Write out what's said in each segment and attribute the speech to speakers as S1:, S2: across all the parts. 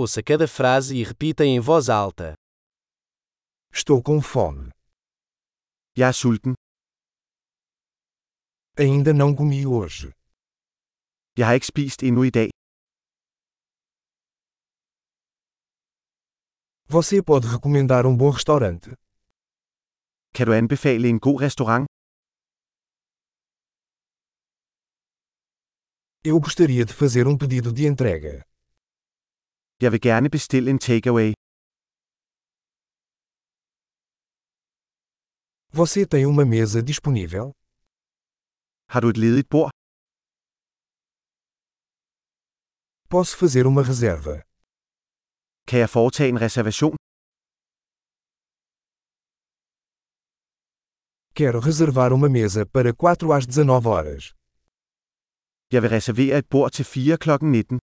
S1: Ouça cada frase e repita em voz alta.
S2: Estou com fome.
S3: Jeg er sulten.
S2: Ainda não comi hoje.
S3: Jeg har ikke spist endnu i dag.
S2: Você pode recomendar um bom restaurante?
S3: Kan du anbefale en god restaurant?
S2: Eu gostaria de fazer um pedido de entrega.
S3: Jeg vil gerne bestille en takeaway.
S2: Você tem uma mesa disponível?
S3: Har du et ledigt bord?
S2: Posso fazer uma reserva.
S3: Kan jeg foretage en reservation?
S2: Quero reservar uma mesa para 4 às 19 horas.
S3: Jeg vil reservere et bord til 4 kl. 19.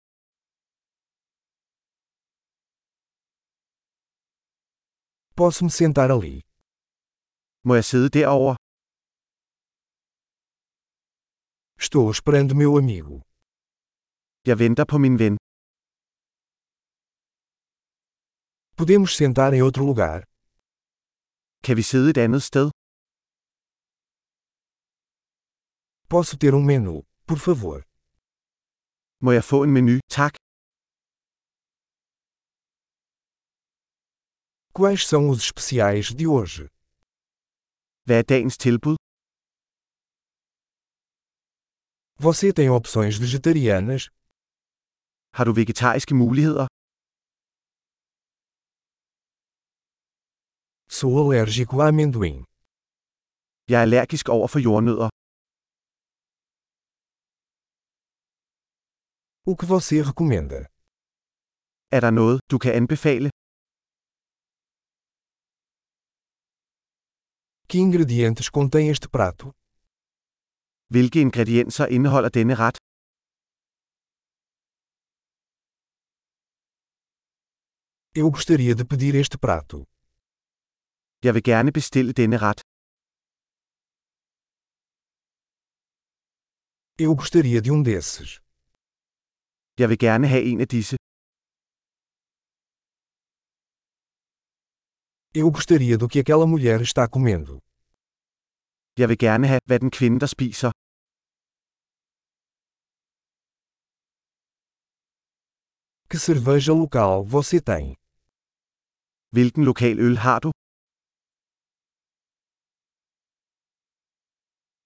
S2: Posso me sentar ali?
S3: Må jeg sidde derover?
S2: Estou esperando meu amigo.
S3: Jeg venter på min ven.
S2: Podemos sentar em outro lugar?
S3: Kan vi sidde et andet sted?
S2: Posso ter um menu, por favor?
S3: Må jeg få en menu? Tak.
S2: Quais são os especiais de hoje?
S3: Hvad er dagens tilbud?
S2: Você tem opções vegetarianas?
S3: Har du vegetariske muligheder?
S2: Sou alérgico a amendoim.
S3: Jeg er allergisk over for jordnødder.
S2: O que você recomenda?
S3: Er der noget, du kan anbefale?
S2: Que ingredientes contém este prato?
S3: Hvilke ingredienser indeholder denne ret?
S2: Eu gostaria de pedir este prato.
S3: Jeg vil gerne bestille denne ret.
S2: Eu gostaria de um desses.
S3: Jeg vil gerne have en af disse.
S2: Eu gostaria do que aquela mulher está comendo.
S3: Jeg vil gerne have, hvad den kvinde, der spiser.
S2: Que cerveja local você tem?
S3: Hvilken lokal øl har du?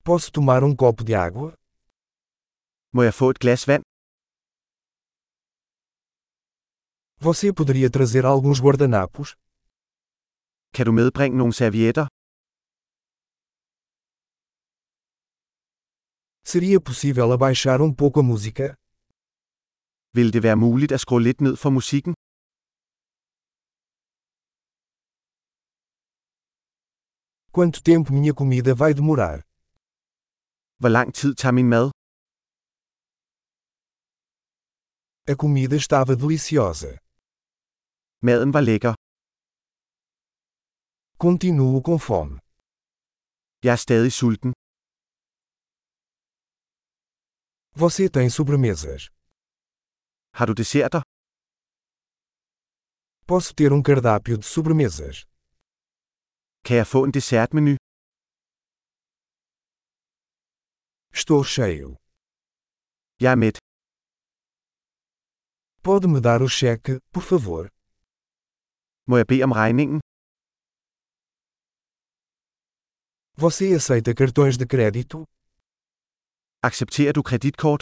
S2: Posso tomar um copo de água?
S3: Må jeg få et glas vand?
S2: Você poderia trazer alguns guardanapos?
S3: Kan du medbringe nogle servietter?
S2: Seria possível abaixar um pouco a música?
S3: Vil det være muligt at skrue lidt ned for musikken?
S2: Quanto tempo minha comida vai demorar?
S3: Hvor lang tid tager min mad?
S2: A comida estava deliciosa.
S3: Maden var lækker.
S2: Continuo com fome.
S3: Jeg er stadig sulten.
S2: Você tem sobremesas.
S3: Har du desserter?
S2: Posso ter um cardápio de sobremesas.
S3: Kan jeg få en dessertmenu?
S2: Estou cheio.
S3: Jeg er mæt.
S2: Pode me dar o cheque, por favor?
S3: Må jeg bede om regningen?
S2: Você aceita cartões de crédito?
S3: Accepterer du kreditkort?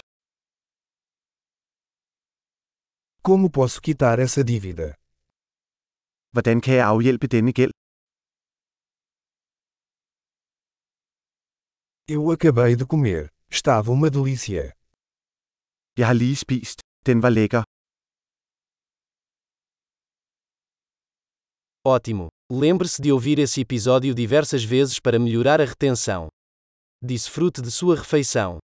S2: Como posso quitar essa dívida?
S3: Hvordan kan jeg afhjælpe denne gæld?
S2: Eu acabei de comer. Estava uma delícia.
S3: Jeg har lige spist. Den var lækker.
S1: Ótimo! Lembre-se de ouvir esse episódio diversas vezes para melhorar a retenção. Desfrute de sua refeição.